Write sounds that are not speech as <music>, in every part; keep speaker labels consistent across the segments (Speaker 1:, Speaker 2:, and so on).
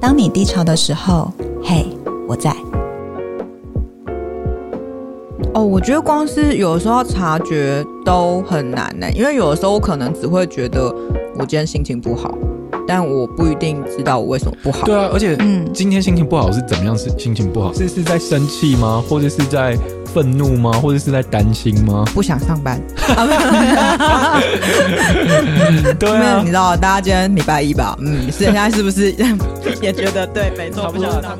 Speaker 1: 当你低潮的时候，嘿，我在。
Speaker 2: 哦，我觉得光是有时候要察觉都很难呢、因为有的时候我可能只会觉得我今天心情不好，但我不一定知道我为什么不好。
Speaker 3: 对啊，而且
Speaker 1: 嗯
Speaker 3: 今天心情不好是怎么样？是心情不好是是在生气吗？或者是在愤怒吗？或者是在担心吗？
Speaker 2: 不想上班啊！没有没有没有
Speaker 3: 对
Speaker 2: 因为
Speaker 3: 啊
Speaker 2: 你，知道，大家今天礼拜一
Speaker 3: <laughs>
Speaker 2: 吧？嗯，是现在是不是 <laughs> 也觉得对？没错，不想上班。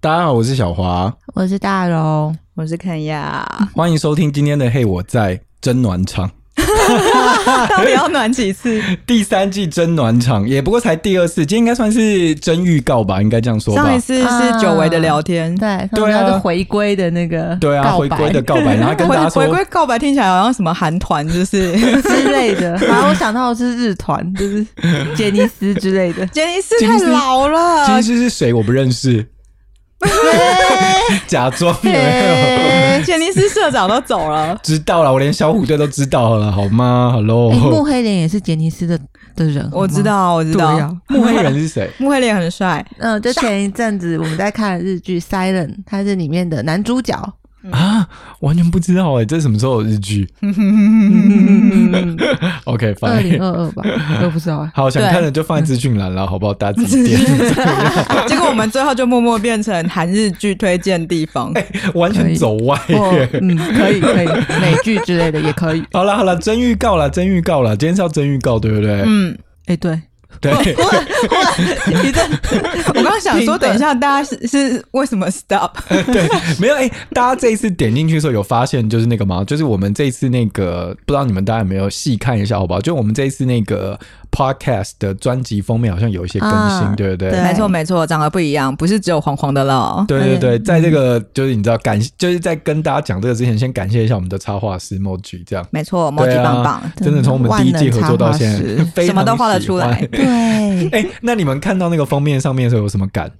Speaker 3: 大家好，我是小华，
Speaker 4: 我是大荣，
Speaker 2: 我是肯亚，
Speaker 3: 欢迎收听今天的《嘿我在真暖场》
Speaker 2: <laughs> 到底要暖几次？
Speaker 3: 第三季真暖场，也不过才第二次，今天应该算是真预告吧，应该这样说
Speaker 2: 上
Speaker 3: 吧
Speaker 2: 一。次是久违的聊天，
Speaker 4: 对，
Speaker 3: 对啊
Speaker 4: 他是回归的那个
Speaker 3: 对啊，
Speaker 4: 告
Speaker 3: 回
Speaker 4: 白
Speaker 3: 归的告
Speaker 2: <laughs>
Speaker 3: 白，然后跟
Speaker 2: 回
Speaker 3: 大家
Speaker 2: 回
Speaker 3: 说
Speaker 2: 归告白听起来好像什么韩团，就是。
Speaker 4: 之类
Speaker 3: <laughs>
Speaker 4: 的。然后我想到的是日团，就是杰尼斯之类
Speaker 3: <laughs>
Speaker 4: 的
Speaker 2: 杰尼斯
Speaker 3: 杰尼
Speaker 2: 太
Speaker 3: 斯
Speaker 2: 老了，
Speaker 3: 今天是谁我不认识，假装有没有？，
Speaker 4: 嘿
Speaker 2: <laughs> 杰尼斯社长都走了
Speaker 3: 知道了，我连小虎队都知道了，好吗
Speaker 4: 诶木
Speaker 3: ？Hello，
Speaker 4: 黑脸也是杰尼斯的的人，
Speaker 2: 我知
Speaker 4: 好吗。
Speaker 2: 道，我知道
Speaker 4: 对，啊
Speaker 3: 木黑人是谁？
Speaker 2: 嗯穆黑脸很帅， <laughs>
Speaker 4: 嗯，就前一阵子我们在看日剧《Silent》，他是里面的男主角。
Speaker 3: 啊，完全不知道哎、这是什么时候的日剧
Speaker 4: 嗯
Speaker 3: ？OK，
Speaker 4: 二
Speaker 3: 反
Speaker 4: 零
Speaker 3: 正
Speaker 4: 二二吧，我不知道哎。
Speaker 3: <laughs> 好想
Speaker 2: 对
Speaker 3: 看的就放在资讯栏了，好不好？大家自己点，
Speaker 2: 结果我们最后就默默变成韩日剧推荐地方。
Speaker 3: <laughs> 哎完全走歪
Speaker 4: <laughs>
Speaker 3: <laughs>
Speaker 4: 我
Speaker 3: 耶。
Speaker 4: 嗯，可以可以，美剧之类的也可以。
Speaker 3: 好了好了，真预告了，真预告了，今天是要真预告，对不对？
Speaker 2: 嗯，
Speaker 4: 哎，对，
Speaker 3: 对， <laughs>
Speaker 2: 一阵， <laughs> 我刚刚想说，
Speaker 4: 停顿
Speaker 2: 等一下大家是是为什么 stop？
Speaker 3: 没有哎、大家这一次点进去的时候有发现就是那个吗？就是我们这一次那个，不知道你们大家有没有细看一下，好不好？就我们这一次那个 podcast 的专辑封面好像有一些更新，
Speaker 4: 啊
Speaker 3: 对不对？
Speaker 4: 对
Speaker 2: 没错没错，长得不一样，不是只有黄黄的了。
Speaker 3: 对对对，
Speaker 4: 嗯
Speaker 3: 在这个就是你知道感谢，就是在跟大家讲这个之前，先感谢一下我们的插画师 Moji，这样
Speaker 2: 没错，毛
Speaker 3: 对
Speaker 2: 鸡
Speaker 3: 啊
Speaker 2: 棒棒，
Speaker 3: 真的从我们第一季合作到现
Speaker 4: 真
Speaker 3: 在
Speaker 4: 的万能插画，
Speaker 3: 非
Speaker 2: 什
Speaker 3: 常
Speaker 2: 么都画得出来
Speaker 3: 喜欢。
Speaker 4: 对，
Speaker 3: <laughs> 哎，那你们看到那个封面上面的时候有什么感？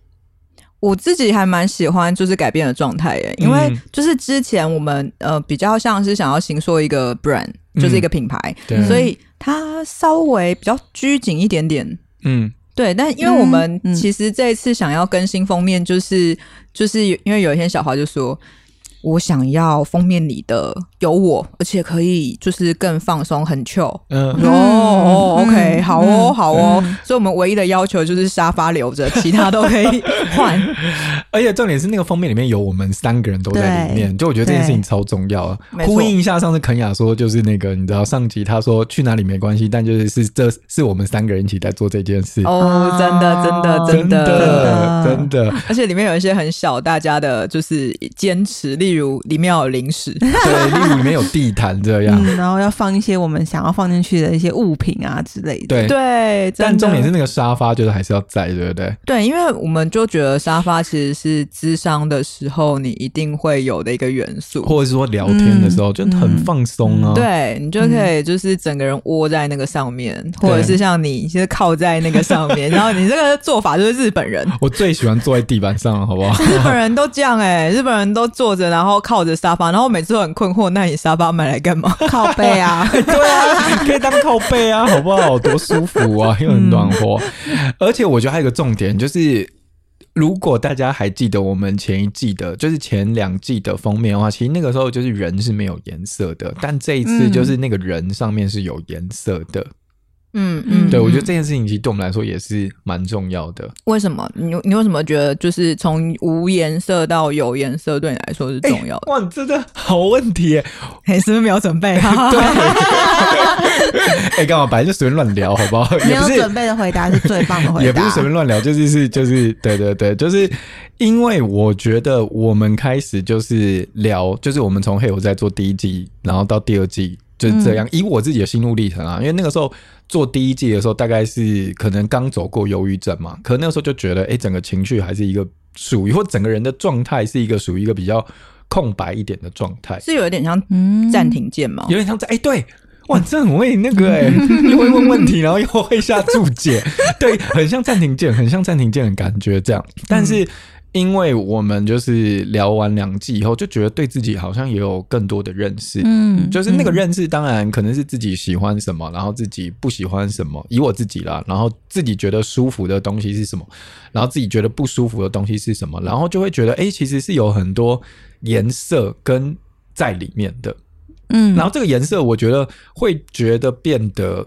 Speaker 2: 我自己还蛮喜欢就是改变的状态耶，因为
Speaker 3: 嗯
Speaker 2: 就是之前我们呃比较像是想要行说一个 brand，就是一个品牌，
Speaker 3: 对，
Speaker 2: 所以它稍微比较拘谨一点点。
Speaker 3: 嗯，
Speaker 2: 对，但因为我们
Speaker 4: 嗯嗯
Speaker 2: 其实这一次想要更新封面，就是、就是因为有一天小华就说，我想要封面里的有我，而且可以就是更放松，很 chill。
Speaker 3: 嗯
Speaker 2: 哦哦
Speaker 4: 嗯
Speaker 2: ，OK，好哦，
Speaker 4: 嗯
Speaker 2: 好哦，所以我们唯一的要求就是沙发留着，其他都可以换。
Speaker 3: 而且重点是那个封面里面有我们三个人都在里面，就我觉得这件事情超重要啊。
Speaker 2: 没错
Speaker 3: 呼应一下上次肯雅说，就是那个你知道上集他说去哪里没关系，但就是是这是我们三个人一起在做这件事，
Speaker 2: 哦，真的，真的，真的，
Speaker 3: 的真的，
Speaker 2: 而且里面有一些很小大家的，就是坚持，例如里面要有零食，
Speaker 3: 对，例如里面有地毯这样。
Speaker 4: 嗯，然后要放一些我们想要放进去的一些物品啊之类的。
Speaker 3: <laughs> 对，
Speaker 2: 对，
Speaker 3: 但
Speaker 2: 真的
Speaker 3: 重点是那个沙发就是还是要在，对不对？
Speaker 2: 对，因为我们就觉得沙发其实是智商的时候你一定会有的一个元素。
Speaker 3: 或者是说聊天的时候、就很放松啊。
Speaker 2: 对你就可以就是整个人窝在那个上面，
Speaker 3: 嗯
Speaker 2: 或者是像你就是靠在那个上面，然后你这个做法就是日本
Speaker 3: <laughs>
Speaker 2: 人，
Speaker 3: 我最喜欢坐在地板上了，好不好？
Speaker 2: 日本人都这样哎、日本人都坐着然后靠着沙发，然后我每次都很困惑，那你沙发买来干嘛？
Speaker 4: 靠背啊，
Speaker 3: 对啊，可以当靠背啊，好不好？多舒服啊，又很暖和。
Speaker 4: 嗯
Speaker 3: 而且我觉得还有一个重点就是。如果大家还记得我们前一季的，就是前两季的封面的话，其实那个时候就是人是没有颜色的，但这一次就是那个人上面是有颜色的。
Speaker 2: <laughs> 嗯嗯，
Speaker 3: 对我觉得这件事情其实对我们来说也是蛮重要的。
Speaker 4: <laughs>
Speaker 2: 为什么你你为什么觉得就是从无颜色到有颜色对你来说是重要的？
Speaker 3: 哎哇，你真的好问题耶！
Speaker 2: 你哎是不是没有准 <laughs> 备？
Speaker 3: 哎，干嘛？本来就随便乱聊，好不好？
Speaker 4: <laughs> 没
Speaker 3: 也
Speaker 4: 有
Speaker 3: 不是
Speaker 4: 准备的回答是最棒
Speaker 3: <laughs>
Speaker 4: 的回答。
Speaker 3: 也不是随便乱聊，就是是就是对对对，就是因为我觉得我们开始就是聊，就是我们从黑我在做第一季，然后到第二季就是
Speaker 4: 嗯
Speaker 3: 这样。以我自己的心路历程啊，因为那个时候做第一季的时候，大概是可能刚走过忧郁症嘛，可那个时候就觉得，哎、整个情绪还是一个属于或整个人的状态是一个属于一个比较空白一点的状态，
Speaker 2: 是有一点像
Speaker 4: 嗯
Speaker 2: 暂停键吗？
Speaker 3: 有点像在哎、对。哇，你真的很会那个哎、又会问问题，然后又会下注解，对，很像暂停键，很像暂停键的感觉这样。但是因为我们就是聊完两季以后，就觉得对自己好像也有更多的认识。
Speaker 4: 嗯
Speaker 3: 就是那个认识，当然可能是自己喜欢什么，然后自己不喜欢什么。以我自己啦，然后自己觉得舒服的东西是什么，然后自己觉得不舒服的东西是什么，然后就会觉得，哎、其实是有很多颜色跟在里面的。
Speaker 4: 嗯
Speaker 3: 然后这个颜色，我觉得会觉得变得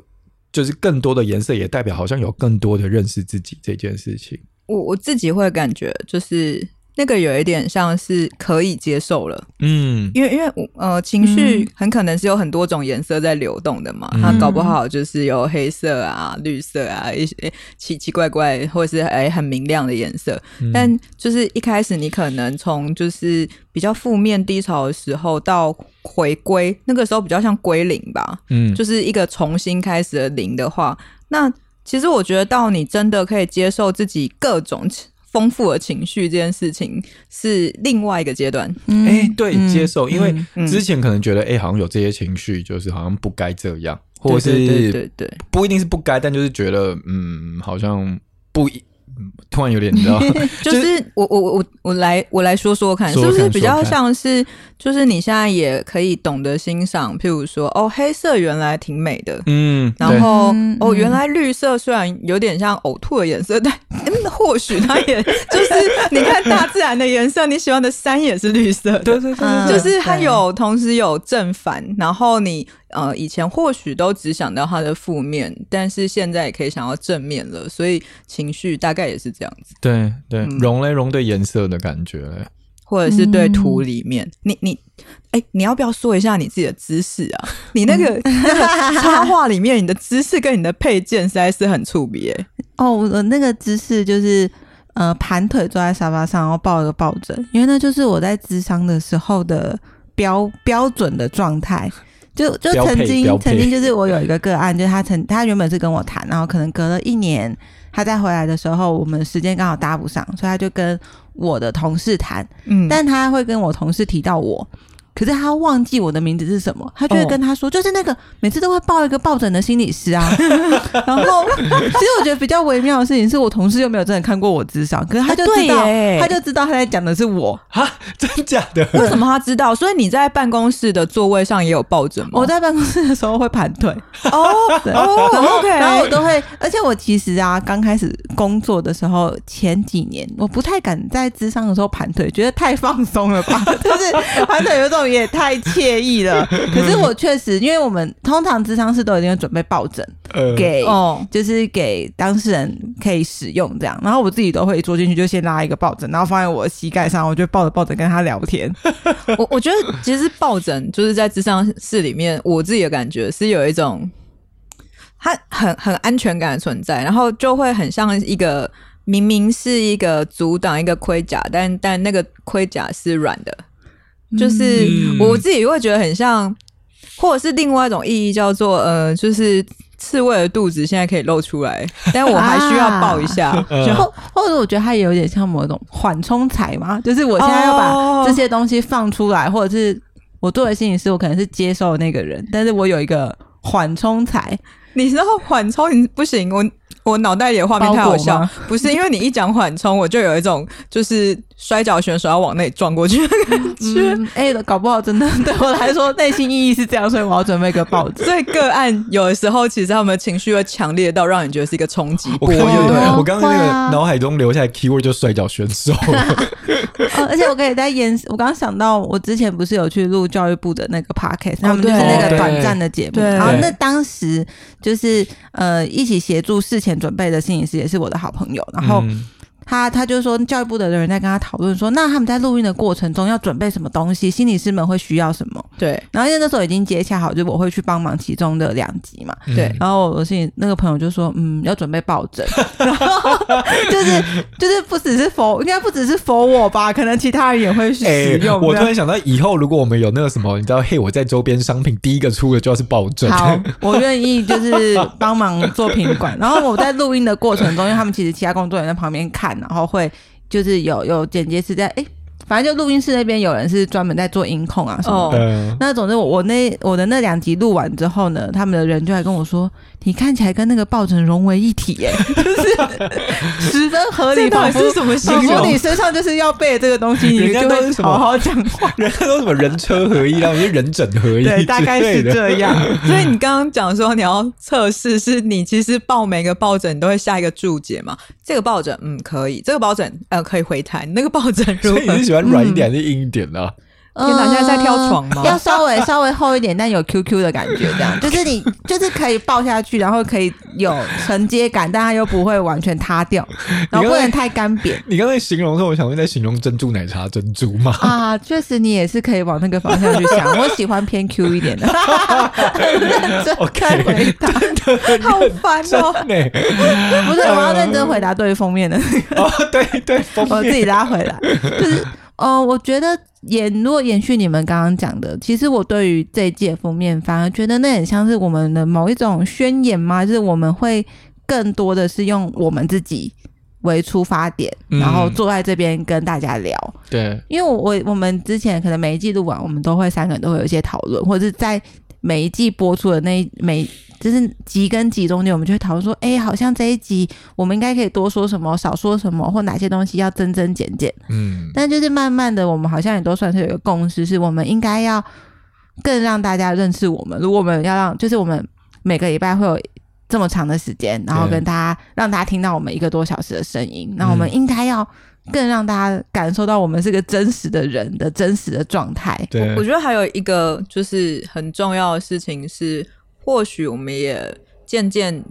Speaker 3: 就是更多的颜色，也代表好像有更多的认识自己这件事情。
Speaker 2: 我我自己会感觉就是那个有一点像是可以接受了，
Speaker 3: 嗯，
Speaker 2: 因为因为我呃情绪很可能是有很多种颜色在流动的嘛，
Speaker 3: 嗯
Speaker 2: 它搞不好就是有黑色啊、绿色啊一些奇奇怪怪或者是哎很明亮的颜色，
Speaker 3: 嗯
Speaker 2: 但就是一开始你可能从就是比较负面低潮的时候到回归，那个时候比较像归零吧，
Speaker 3: 嗯，
Speaker 2: 就是一个重新开始的零的话，那其实我觉得到你真的可以接受自己各种丰富的情绪这件事情是另外一个阶段。
Speaker 4: 嗯
Speaker 3: 哎、对，接受，因为
Speaker 2: 嗯
Speaker 3: 之前可能觉得，哎、好像有这些情绪，就是好像不该这样，或者
Speaker 2: 对对对
Speaker 3: 是
Speaker 2: 对对，
Speaker 3: 不一定是不该，但就是觉得，嗯，好像不一，嗯突然有点，你知道，
Speaker 2: <laughs> 就是我我我我来我来说说看，
Speaker 3: 说说
Speaker 2: 是不是
Speaker 3: 看
Speaker 2: 比
Speaker 3: 说说
Speaker 2: 较
Speaker 3: 看
Speaker 2: 像是就是你现在也可以懂得欣赏，譬如说哦，黑色原来挺美的。
Speaker 3: 嗯，
Speaker 2: 然
Speaker 3: 对
Speaker 2: 后
Speaker 4: 嗯
Speaker 2: 哦，
Speaker 4: 嗯
Speaker 2: 原来绿色虽然有点像呕吐的颜色，但、嗯、或许它也就是你看大自然的颜色，你喜欢的山也是绿色的，
Speaker 3: 对对对，
Speaker 4: 嗯
Speaker 2: 就是它
Speaker 4: 对
Speaker 2: 有同时有正反，然后你呃以前或许都只想到它的负面，但是现在也可以想到正面了，所以情绪大概也是这样子，
Speaker 3: 对对，
Speaker 2: 嗯
Speaker 3: 融嘞融对颜色的感觉嘞，
Speaker 2: 或者是对图里
Speaker 4: 嗯
Speaker 2: 面，你你哎、你要不要说一下你自己的姿势
Speaker 4: <laughs>
Speaker 2: 啊？你那个那个插画里面你的姿势跟你的配件实在是很触别、欸，
Speaker 4: 哦，我的那个姿势就是呃盘腿坐在沙发上，然后抱一个抱枕，因为那就是我在咨商的时候的标标准的状态。就就
Speaker 3: 标配
Speaker 4: 曾经
Speaker 3: 标配
Speaker 4: 曾经就是我有一个个案，就是他曾他原本是跟我谈，然后可能隔了一年，他再回来的时候，我们时间刚好搭不上，所以他就跟我的同事谈，
Speaker 2: 嗯，
Speaker 4: 但他会跟我同事提到我，可是他忘记我的名字是什么，他就会
Speaker 2: 哦
Speaker 4: 跟他说，就是那个每次都会抱一个抱枕的心理
Speaker 2: <laughs>
Speaker 4: 师啊。然后，其实我觉得比较微妙的事情是我同事又没有真的看过我智商，可是他就知道，
Speaker 2: 啊对耶
Speaker 4: 他就知道他在讲的是我。
Speaker 3: 哈，真假的，
Speaker 2: 为什么他知道？所以你在办公室的座位上也有抱枕吗？
Speaker 4: 我在办公室的时候会盘腿，
Speaker 2: 哦
Speaker 4: 对
Speaker 2: 哦，OK，
Speaker 4: 然后我都会，而且我其实啊，刚开始工作的时候，前几年我不太敢在智商的时候盘腿，觉得太放松了吧， <laughs> 就是盘腿有种也太惬意了。可是我确实，因为我们通常智商是都一定会准备抱枕
Speaker 3: 呃，
Speaker 4: 给。
Speaker 2: 哦，
Speaker 4: 就是给当事人可以使用这样，然后我自己都会坐进去，就先拉一个抱枕，然后放在我膝盖上，我就抱着抱枕跟他聊天。
Speaker 2: 我我觉得其实抱枕就是在智商室里面，我自己的感觉是有一种，它很很安全感的存在，然后就会很像一个明明是一个阻挡一个盔甲，但但那个盔甲是软的，就是
Speaker 3: 嗯
Speaker 2: 我自己会觉得很像，或者是另外一种意义叫做呃，就是刺猬的肚子现在可以露出来，但我还需要抱一下， <laughs>
Speaker 3: 呃
Speaker 4: 然后或者我觉得它也有点像某种缓冲材嘛，就是我现在要
Speaker 2: 哦
Speaker 4: 把这些东西放出来，或者是我作为心理师，我可能是接受的那个人，但是我有一个缓冲材，
Speaker 2: 你知道缓冲你不行，我我脑袋里的画面太好
Speaker 4: 包裹
Speaker 2: 笑
Speaker 4: 吗，
Speaker 2: 不是因为你一讲缓冲，我就有一种就是摔跤选手要往那里撞过去的感觉。
Speaker 4: 嗯，哎、搞不好真的 <laughs> 对我来说内心意义是这样，所以我要准备一个抱
Speaker 2: <laughs>
Speaker 4: 枕。
Speaker 2: 所以个案有的时候，其实他们的情绪会强烈到让你觉得是一个冲击
Speaker 3: 我
Speaker 2: 波，
Speaker 3: 刚
Speaker 2: 对不
Speaker 3: 刚那
Speaker 2: 对
Speaker 3: 个
Speaker 4: 哦
Speaker 3: 我刚刚那
Speaker 4: 会
Speaker 3: 个
Speaker 4: 啊
Speaker 3: 脑海中留下来 keyword 就摔跤选手，
Speaker 4: 哦而且我可以再延，我刚刚想到，我之前不是有去录教育部的那个 podcast，、他们就是
Speaker 2: 对
Speaker 4: 那
Speaker 3: 对
Speaker 4: 个短暂的节目，
Speaker 2: 对
Speaker 4: 然后
Speaker 3: 对
Speaker 4: 那当时就是呃一起协助事前准备的心理师也是我的好朋友，然后
Speaker 3: 嗯
Speaker 4: 他他就说教育部的人在跟他讨论说，那他们在录音的过程中要准备什么东西，心理师们会需要什么。
Speaker 2: 对
Speaker 4: 然后因为那时候已经接洽好，就我会去帮忙其中的两集嘛。
Speaker 2: 对
Speaker 4: 然后我心里那个朋友就说，嗯，要准备抱枕， <laughs> 然后就是就是不只是否，应该不只是否我吧，可能其他人也会去使
Speaker 3: 哎、
Speaker 4: 用。
Speaker 3: 我
Speaker 4: 这
Speaker 3: 突
Speaker 4: 样
Speaker 3: 然想到，以后如果我们有那个什么，你知道，嘿，我在周边商品第一个出的就要是抱
Speaker 2: <laughs>
Speaker 3: 枕，<laughs>
Speaker 4: 好，我愿意就是帮忙做品管。然后我在录音的过程中，因为他们其实其他工作人员在旁边看，然后会就是有有剪接师在哎。反正就录音室那边有人是专门在做音控啊什么
Speaker 2: 哦
Speaker 4: 的
Speaker 3: 嗯，
Speaker 4: 那总之我，我那我的那两集录完之后呢，他们的人就来跟我说：“你看起来跟那个抱枕融为一体、
Speaker 2: <laughs>
Speaker 4: 耶，就是十分合理，
Speaker 2: 这到
Speaker 4: 仿
Speaker 2: 底
Speaker 4: 佛
Speaker 2: 是什么形
Speaker 4: 仿佛
Speaker 2: 容
Speaker 4: 你身上就是要背这个东西，你
Speaker 3: 人家
Speaker 4: 就
Speaker 3: 都
Speaker 4: 会
Speaker 3: 是什么
Speaker 4: 好好讲话。
Speaker 3: 人家都什么人车合一，然后就人整合一，
Speaker 4: 对，大概是。这样。
Speaker 2: 所以你刚刚讲说你要测试，是你其实报每个抱枕你都会下一个注解嘛？这个抱枕嗯可以，这个抱枕呃可以回弹，那个抱枕如
Speaker 3: 所
Speaker 2: 何
Speaker 3: 以？你是喜欢软一点还是硬一点呢、啊？
Speaker 2: 天哪现在在挑床吗
Speaker 4: 嗯要稍微稍微厚一点，但有 QQ 的感觉，
Speaker 2: <laughs>
Speaker 4: 这样就是你就是可以抱下去，然后可以有承接感，但它又不会完全塌掉，然后不能太干
Speaker 2: <laughs>
Speaker 4: 瘪。
Speaker 3: 你刚才形容的时候，我想问，在形容珍珠奶茶珍珠吗？
Speaker 4: 啊，确实你也是可以往那个方向去
Speaker 2: <laughs>
Speaker 4: 想。我喜欢偏 Q 一点的，很认真
Speaker 3: OK
Speaker 4: 在回答，
Speaker 2: 好烦
Speaker 3: <laughs> 真
Speaker 2: 哦、
Speaker 3: 的欸、
Speaker 4: 不是我要认真回答对封面的，
Speaker 3: 哦，对对，封
Speaker 4: 我自
Speaker 3: 面
Speaker 4: 己拉回
Speaker 3: <laughs>
Speaker 4: 来。就是呃，我觉得延如果延续你们刚刚讲的，其实我对于这一届封面反而觉得那很像是我们的某一种宣言嘛，就是我们会更多的是用我们自己为出发点，
Speaker 3: 嗯
Speaker 4: 然后坐在这边跟大家聊。
Speaker 3: 对，
Speaker 4: 因为我我我们之前可能每一季录完，我们都会三个人都会有一些讨论，或者是在每一季播出的那一每就是集跟集中间，我们就会讨论说，哎、好像这一集我们应该可以多说什么，少说什么，或哪些东西要增增减减。
Speaker 3: 嗯，
Speaker 4: 但就是慢慢的，我们好像也都算是有一个共识，是我们应该要更让大家认识我们。如果我们要让，就是我们每个礼拜会有这么长的时间，然后
Speaker 3: 对
Speaker 4: 跟大家让大家听到我们一个多小时的声音，那我们
Speaker 3: 嗯
Speaker 4: 应该要更让大家感受到我们是个真实的人的真实的状态。
Speaker 3: 对
Speaker 2: 我，觉得还有一个就是很重要的事情是，或许我们也渐渐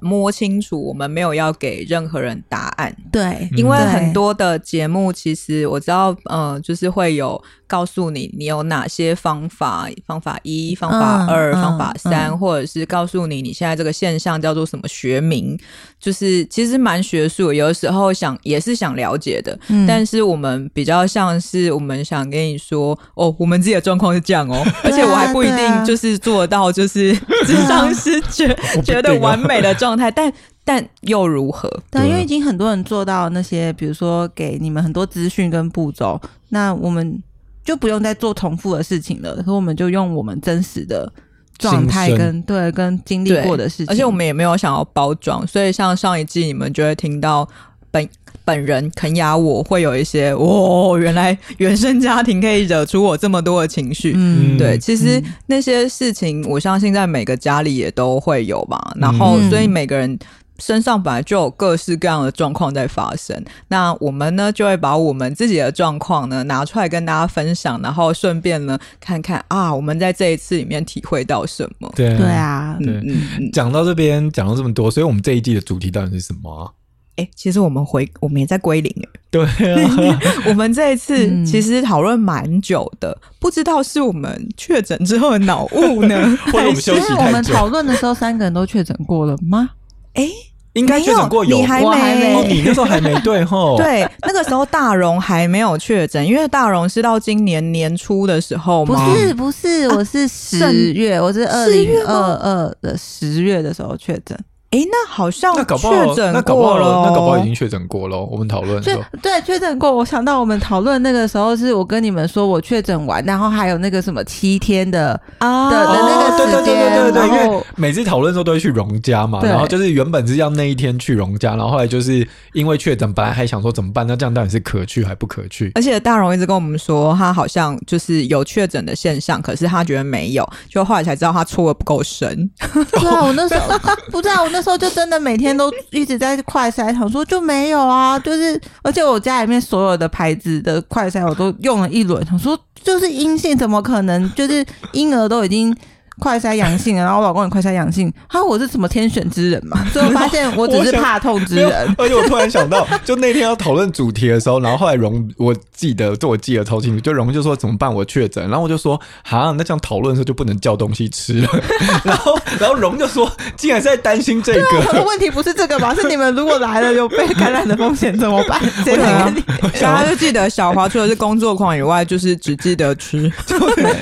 Speaker 2: 摸清楚，我们没有要给任何人答案，
Speaker 4: 对
Speaker 2: 因为
Speaker 4: 对
Speaker 2: 很多的节目，其实我知道，呃，就是会有告诉你你有哪些方法，方法一、方法二、
Speaker 4: 嗯嗯
Speaker 2: 方法三，
Speaker 4: 嗯
Speaker 2: 或者是告诉你你现在这个现象叫做什么学名，就是其实蛮学术，有的时候想也是想了解的，
Speaker 4: 嗯
Speaker 2: 但是我们比较像是我们想跟你说，哦，我们自己的状况是这样
Speaker 3: <laughs>
Speaker 2: 哦，而且我还不一
Speaker 4: 对啊
Speaker 2: 定就是做到，就是
Speaker 3: 啊
Speaker 2: 智商是觉、觉得完美的状
Speaker 3: <laughs>
Speaker 2: 态，但但又如何？
Speaker 4: 对，
Speaker 3: 对
Speaker 4: 因为已经很多人做到那些，比如说给你们很多资讯跟步骤，那我们就不用再做重复的事情了，所以我们就用我们真实的状态
Speaker 3: 心声
Speaker 4: 跟对跟经历
Speaker 2: 对
Speaker 4: 过的事情，
Speaker 2: 而且我们也没有想要包装，所以像上一季你们就会听到本本人肯雅我会有一些哦，原来原生家庭可以惹出我这么多的情绪。
Speaker 4: 嗯
Speaker 3: 嗯
Speaker 2: 对，其实那些事情，我相信在每个家里也都会有吧。然后，
Speaker 4: 嗯
Speaker 2: 所以每个人身上本来就有各式各样的状况在发生。那我们呢，就会把我们自己的状况呢拿出来跟大家分享，然后顺便呢看看啊，我们在这一次里面体会到什么。
Speaker 3: 对
Speaker 4: 对。啊，
Speaker 3: 对
Speaker 2: 嗯嗯嗯。
Speaker 3: 讲到这边，讲到这么多，所以我们这一季的主题到底是什么啊？
Speaker 2: 哎、其实我们回我们也在归零
Speaker 3: <laughs>
Speaker 2: 耶，
Speaker 3: 对
Speaker 4: <laughs>
Speaker 3: 啊，
Speaker 2: 我们这一次
Speaker 4: 嗯
Speaker 2: 其实讨论蛮久的，不知道是我们确诊之后的脑雾呢，
Speaker 3: <laughs> 或者我们
Speaker 4: 因
Speaker 3: 休息
Speaker 4: 为我
Speaker 3: 太
Speaker 4: 们
Speaker 3: 久，
Speaker 4: 讨论的时候，三个人都确诊过了吗？
Speaker 2: 哎、
Speaker 3: 应该确诊过
Speaker 2: 没有你还
Speaker 4: 我还
Speaker 2: 没
Speaker 3: 哦，你那时候还没对吼？，
Speaker 2: 对，那个时候大荣还没有确诊，因为大荣是到今年年初的时候
Speaker 4: 不
Speaker 2: 嘛，
Speaker 4: 是，不是，我是十
Speaker 2: 圣
Speaker 4: 啊月，我是二
Speaker 2: 四
Speaker 4: 零
Speaker 2: 月
Speaker 4: 二二的十月的时候确诊，
Speaker 2: 哎、那好像
Speaker 3: 那搞不
Speaker 2: 确
Speaker 3: 好，
Speaker 2: 诊
Speaker 3: 那搞不
Speaker 2: 过
Speaker 3: 好，
Speaker 2: 了哦，
Speaker 3: 那搞不好已经确诊过了哦。我们讨论的
Speaker 4: 确
Speaker 3: 时候，
Speaker 4: 对确诊过，我想到我们讨论那个时候，是我跟你们说我确诊完，然后还有那个什么七天的
Speaker 2: 啊
Speaker 4: 的那个
Speaker 3: 哦对对
Speaker 4: 时间
Speaker 3: 对对对，
Speaker 4: 然
Speaker 3: 因
Speaker 4: 后
Speaker 3: 为每次讨论的时候都会去荣家嘛，
Speaker 4: 对
Speaker 3: 然后就是原本是要那一天去荣家，然后后来就是因为确诊，本来还想说怎么办，那这样到底是可去还不可去？
Speaker 2: 而且大荣一直跟我们说，他好像就是有确诊的现象，可是他觉得没有，就后来才知道他戳的不够
Speaker 3: <laughs>
Speaker 2: 深。
Speaker 4: 对啊，我那时候 <laughs> 不知道，我那时候就真的每天都一直在快筛，想说就没有啊，就是而且我家里面所有的牌子的快筛我都用了一轮，想说就是阴性，怎么可能？就是婴儿都已经。快筛阳性了，然后我老公也快筛阳性，哈、我是什么天选之人嘛？ <laughs> 所以我发现我只是怕痛之
Speaker 3: 没有
Speaker 4: 人，
Speaker 3: 而且我突然想到，就那天要讨论主题的时候，然后后来荣，我记得，这我记得超清楚，就荣就说怎么办，我确诊，然后我就说，哈，那这样讨论的时候就不能叫东西吃了，然后然后荣就说，竟然是在担心这
Speaker 4: 我的
Speaker 3: 个，
Speaker 4: 问题不是这个吧？是你们如果来了有被感染的风险怎么办？谁来跟你？
Speaker 2: 大家就记得小
Speaker 3: <laughs>
Speaker 2: 华除了是工作狂以外，就是只记得吃。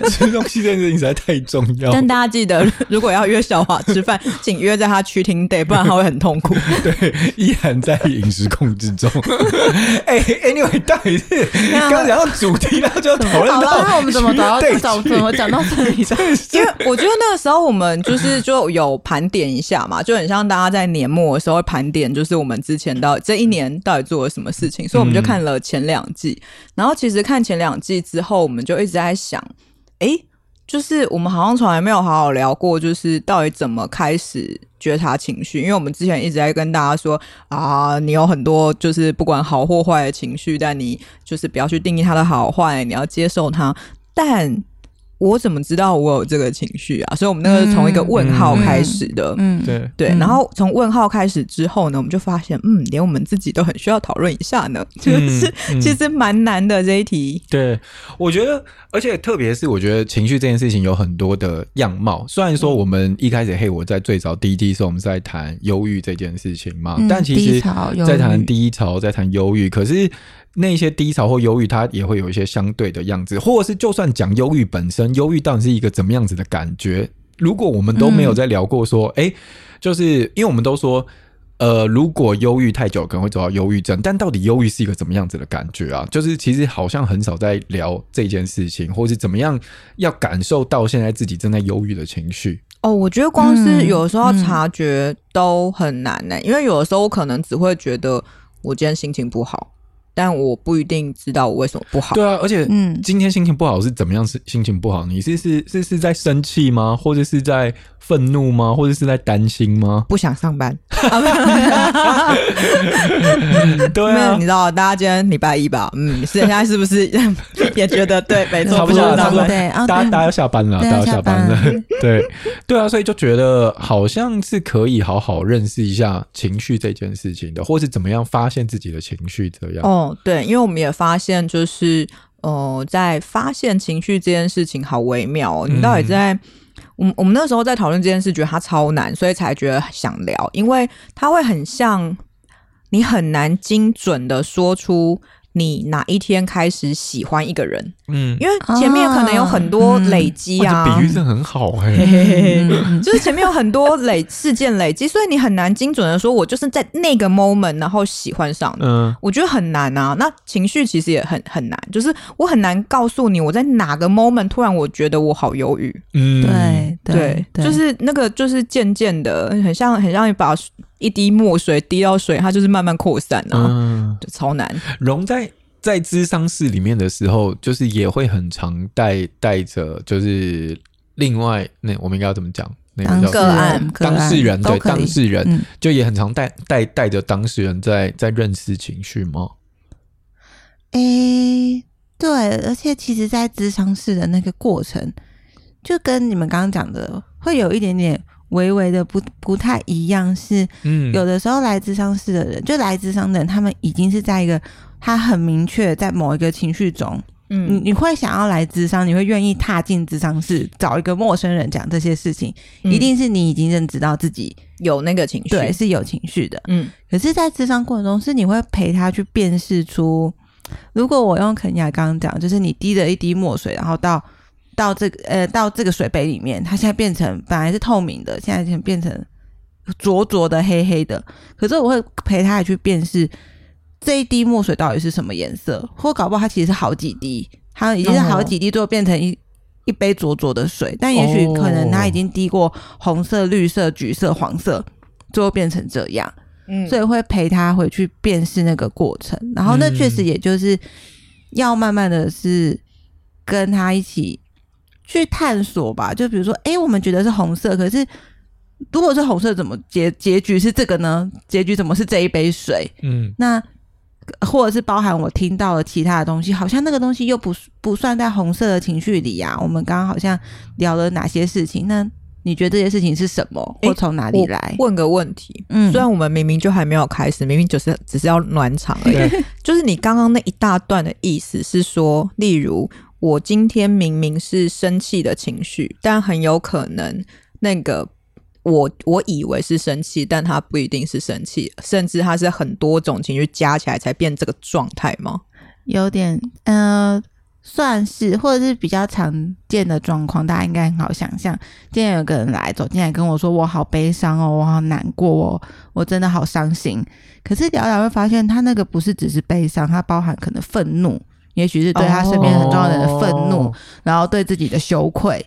Speaker 3: 吃东西这件事情实在太重要了，
Speaker 1: 但
Speaker 2: 但大家记得， <laughs> 如果要约小华吃饭，请约在他去听 day，不然他会很痛苦。
Speaker 3: 对，依然在饮食控制中。 <laughs> 哎、a n y w a y 到底是刚刚讲到主题，然后就要讨论
Speaker 4: 好
Speaker 3: 到
Speaker 4: 了，那我们怎么导
Speaker 3: 对
Speaker 4: 到到怎么讲到这里的？
Speaker 2: 因为我觉得那个时候我们就是就有盘点一下嘛，就很像大家在年末的时候会盘点，就是我们之前到这一年到底做了什么事情，所以我们就看了前两季。然后其实看前两季之后，我们就一直在想，诶，就是我们好像从来没有好好聊过，就是到底怎么开始觉察情绪，因为我们之前一直在跟大家说啊，你有很多就是不管好或坏的情绪，但你就是不要去定义它的好坏，你要接受它，但。我怎么知道我有这个情绪啊？所以，我们那个是从一个问号开始的，
Speaker 4: 嗯，
Speaker 3: 对，
Speaker 2: 对。
Speaker 4: 嗯
Speaker 2: 然后从问号开始之后呢，我们就发现，嗯，连我们自己都很需要讨论一下呢，就是、
Speaker 3: 嗯
Speaker 2: 其实蛮难的这一题。
Speaker 3: 对，我觉得，而且特别是我觉得情绪这件事情有很多的样貌。虽然
Speaker 4: 嗯
Speaker 3: 说我们一开始嘿，我在最早第一季的时候我们是在谈忧郁这件事情嘛，
Speaker 4: 嗯
Speaker 3: 但其实
Speaker 4: 低潮忧郁
Speaker 3: 在谈低潮，在谈忧郁，可是那些低潮或忧郁，它也会有一些相对的样子，或者是就算讲忧郁本身，忧郁到底是一个怎么样子的感觉？如果我们都没有在聊过说，哎、就是因为我们都说。呃，如果忧郁太久，可能会走到忧郁症。但到底忧郁是一个怎么样子的感觉啊？就是其实好像很少在聊这件事情，或是怎么样要感受到现在自己正在忧郁的情绪。
Speaker 2: 哦，我觉得光是
Speaker 4: 嗯
Speaker 2: 有时候察觉都很难呢、因为有的时候我可能只会觉得我今天心情不好，但我不一定知道我为什么不好。
Speaker 3: 对啊，而且
Speaker 4: 嗯
Speaker 3: 今天心情不好是怎么样？是心情不好？你是是是是在生气吗？或者是在愤怒吗？或者是在担心
Speaker 4: <laughs>
Speaker 3: 吗？
Speaker 2: 不想上班，
Speaker 3: 啊对
Speaker 2: 因为
Speaker 3: 啊
Speaker 2: 你，知道，大家今天礼拜一吧，嗯，是现在是不是 <laughs> 也觉得
Speaker 3: <laughs>
Speaker 2: 对，没错，
Speaker 3: 差不多
Speaker 2: 想
Speaker 3: 差
Speaker 2: 上
Speaker 3: 不多
Speaker 2: 班。
Speaker 4: 对啊，
Speaker 3: 大家
Speaker 4: 嗯
Speaker 3: 大家要下班了，
Speaker 4: 对
Speaker 3: 大
Speaker 4: 啊
Speaker 3: 家要下班了
Speaker 4: 下班，
Speaker 3: <laughs> 对对啊，所以就觉得好像是可以好好认识一下情绪这件事情的，或是怎么样发现自己的情绪这样。
Speaker 2: 哦，对，因为我们也发现，就是呃，在发现情绪这件事情好微妙哦。
Speaker 3: 嗯
Speaker 2: 你到底在、我们我们那时候在讨论这件事，觉得它超难，所以才觉得想聊，因为它会很像你很难精准的说出。你哪一天开始喜欢一个人？
Speaker 3: 嗯，
Speaker 2: 因为前面可能有很多累积啊，
Speaker 3: 哇嗯哦这比喻真的很好哎、
Speaker 4: <laughs> 嗯嗯嗯
Speaker 2: 就是前面有很多累事件累积，所以你很难精准的说，我就是在那个 moment 然后喜欢上你。
Speaker 3: 嗯，
Speaker 2: 我觉得很难啊。那情绪其实也很很难，就是我很难告诉你我在哪个 moment 突然我觉得我好忧郁。
Speaker 3: 嗯，
Speaker 4: 对对，对
Speaker 2: 就是那个就是渐渐的，很像很像一把一滴墨水滴到水，它就是慢慢扩散啊，
Speaker 4: 哦
Speaker 3: 嗯，
Speaker 2: 就超难。
Speaker 3: 荣在在咨商室里面的时候，就是也会很常带带着，就是另外那我们应该要怎么讲？那
Speaker 4: 当
Speaker 3: 个叫
Speaker 4: 个
Speaker 3: 什么
Speaker 4: 案个
Speaker 3: 当事
Speaker 4: 案
Speaker 3: 人
Speaker 4: 都
Speaker 3: 对
Speaker 4: 可以
Speaker 3: 当事人，
Speaker 4: 嗯
Speaker 3: 就也很常带带带着当事人在在认识情绪吗？
Speaker 4: 诶、对，而且其实，在咨商室的那个过程，就跟你们刚刚讲的，会有一点点微微的不不太一样是。
Speaker 3: 嗯
Speaker 4: 有的时候来咨商室的人，就来咨商的人，他们已经是在一个他很明确在某一个情绪中，你
Speaker 2: 嗯，
Speaker 4: 你会想要来咨商，你会愿意踏进咨商室找一个陌生人讲这些事情，
Speaker 2: 嗯
Speaker 4: 一定是你已经认知到自己
Speaker 2: 有那个情绪。
Speaker 4: 对是有情绪的。
Speaker 2: 嗯，
Speaker 4: 可是，在智商过程中，是你会陪他去辨识出，如果我用肯雅刚刚讲，就是你滴了一滴墨水，然后到到这个呃到这个水杯里面，它现在变成本来是透明的，现在变变成浊浊的、黑黑的。可是我会陪他去辨识这一滴墨水到底是什么颜色，或搞不好它其实是好几滴，它已经是好几滴，最后变成一。一杯浊浊的水，但也许可能它已经滴过红色、绿色、橘色、黄色，最后变成这样。
Speaker 2: 嗯
Speaker 4: 所以会陪他回去辨识那个过程。然后那
Speaker 2: 嗯
Speaker 4: 确实也就是要慢慢的是跟他一起去探索吧。就比如说，诶，我们觉得是红色，可是如果是红色，怎么结结局是这个呢？结局怎么是这一杯水？
Speaker 3: 嗯
Speaker 4: 那或者是包含我听到了其他的东西，好像那个东西又不不算在红色的情绪里啊。我们刚刚好像聊了哪些事情？那你觉得这些事情是什么，
Speaker 2: 诶
Speaker 4: 或从哪里来？
Speaker 2: 问个问题，
Speaker 4: 嗯
Speaker 2: 虽然我们明明就还没有开始，明明就是只是要暖场
Speaker 4: <laughs>
Speaker 2: 而已。就是你刚刚那一大段的意思是说，例如我今天明明是生气的情绪，但很有可能那个我我以为是生气，但它不一定是生气，甚至它是很多种情绪加起来才变这个状态吗？
Speaker 4: 有点，呃，算是或者是比较常见的状况，大家应该很好想象。今天有个人来走进来跟我说：“我好悲伤哦，我好难过哦，我真的好伤心。”可是聊聊会发现，他那个不是只是悲伤，它包含可能愤怒，也许是对他身边很重要的人的愤怒，
Speaker 3: 哦
Speaker 4: 然后对自己的羞愧，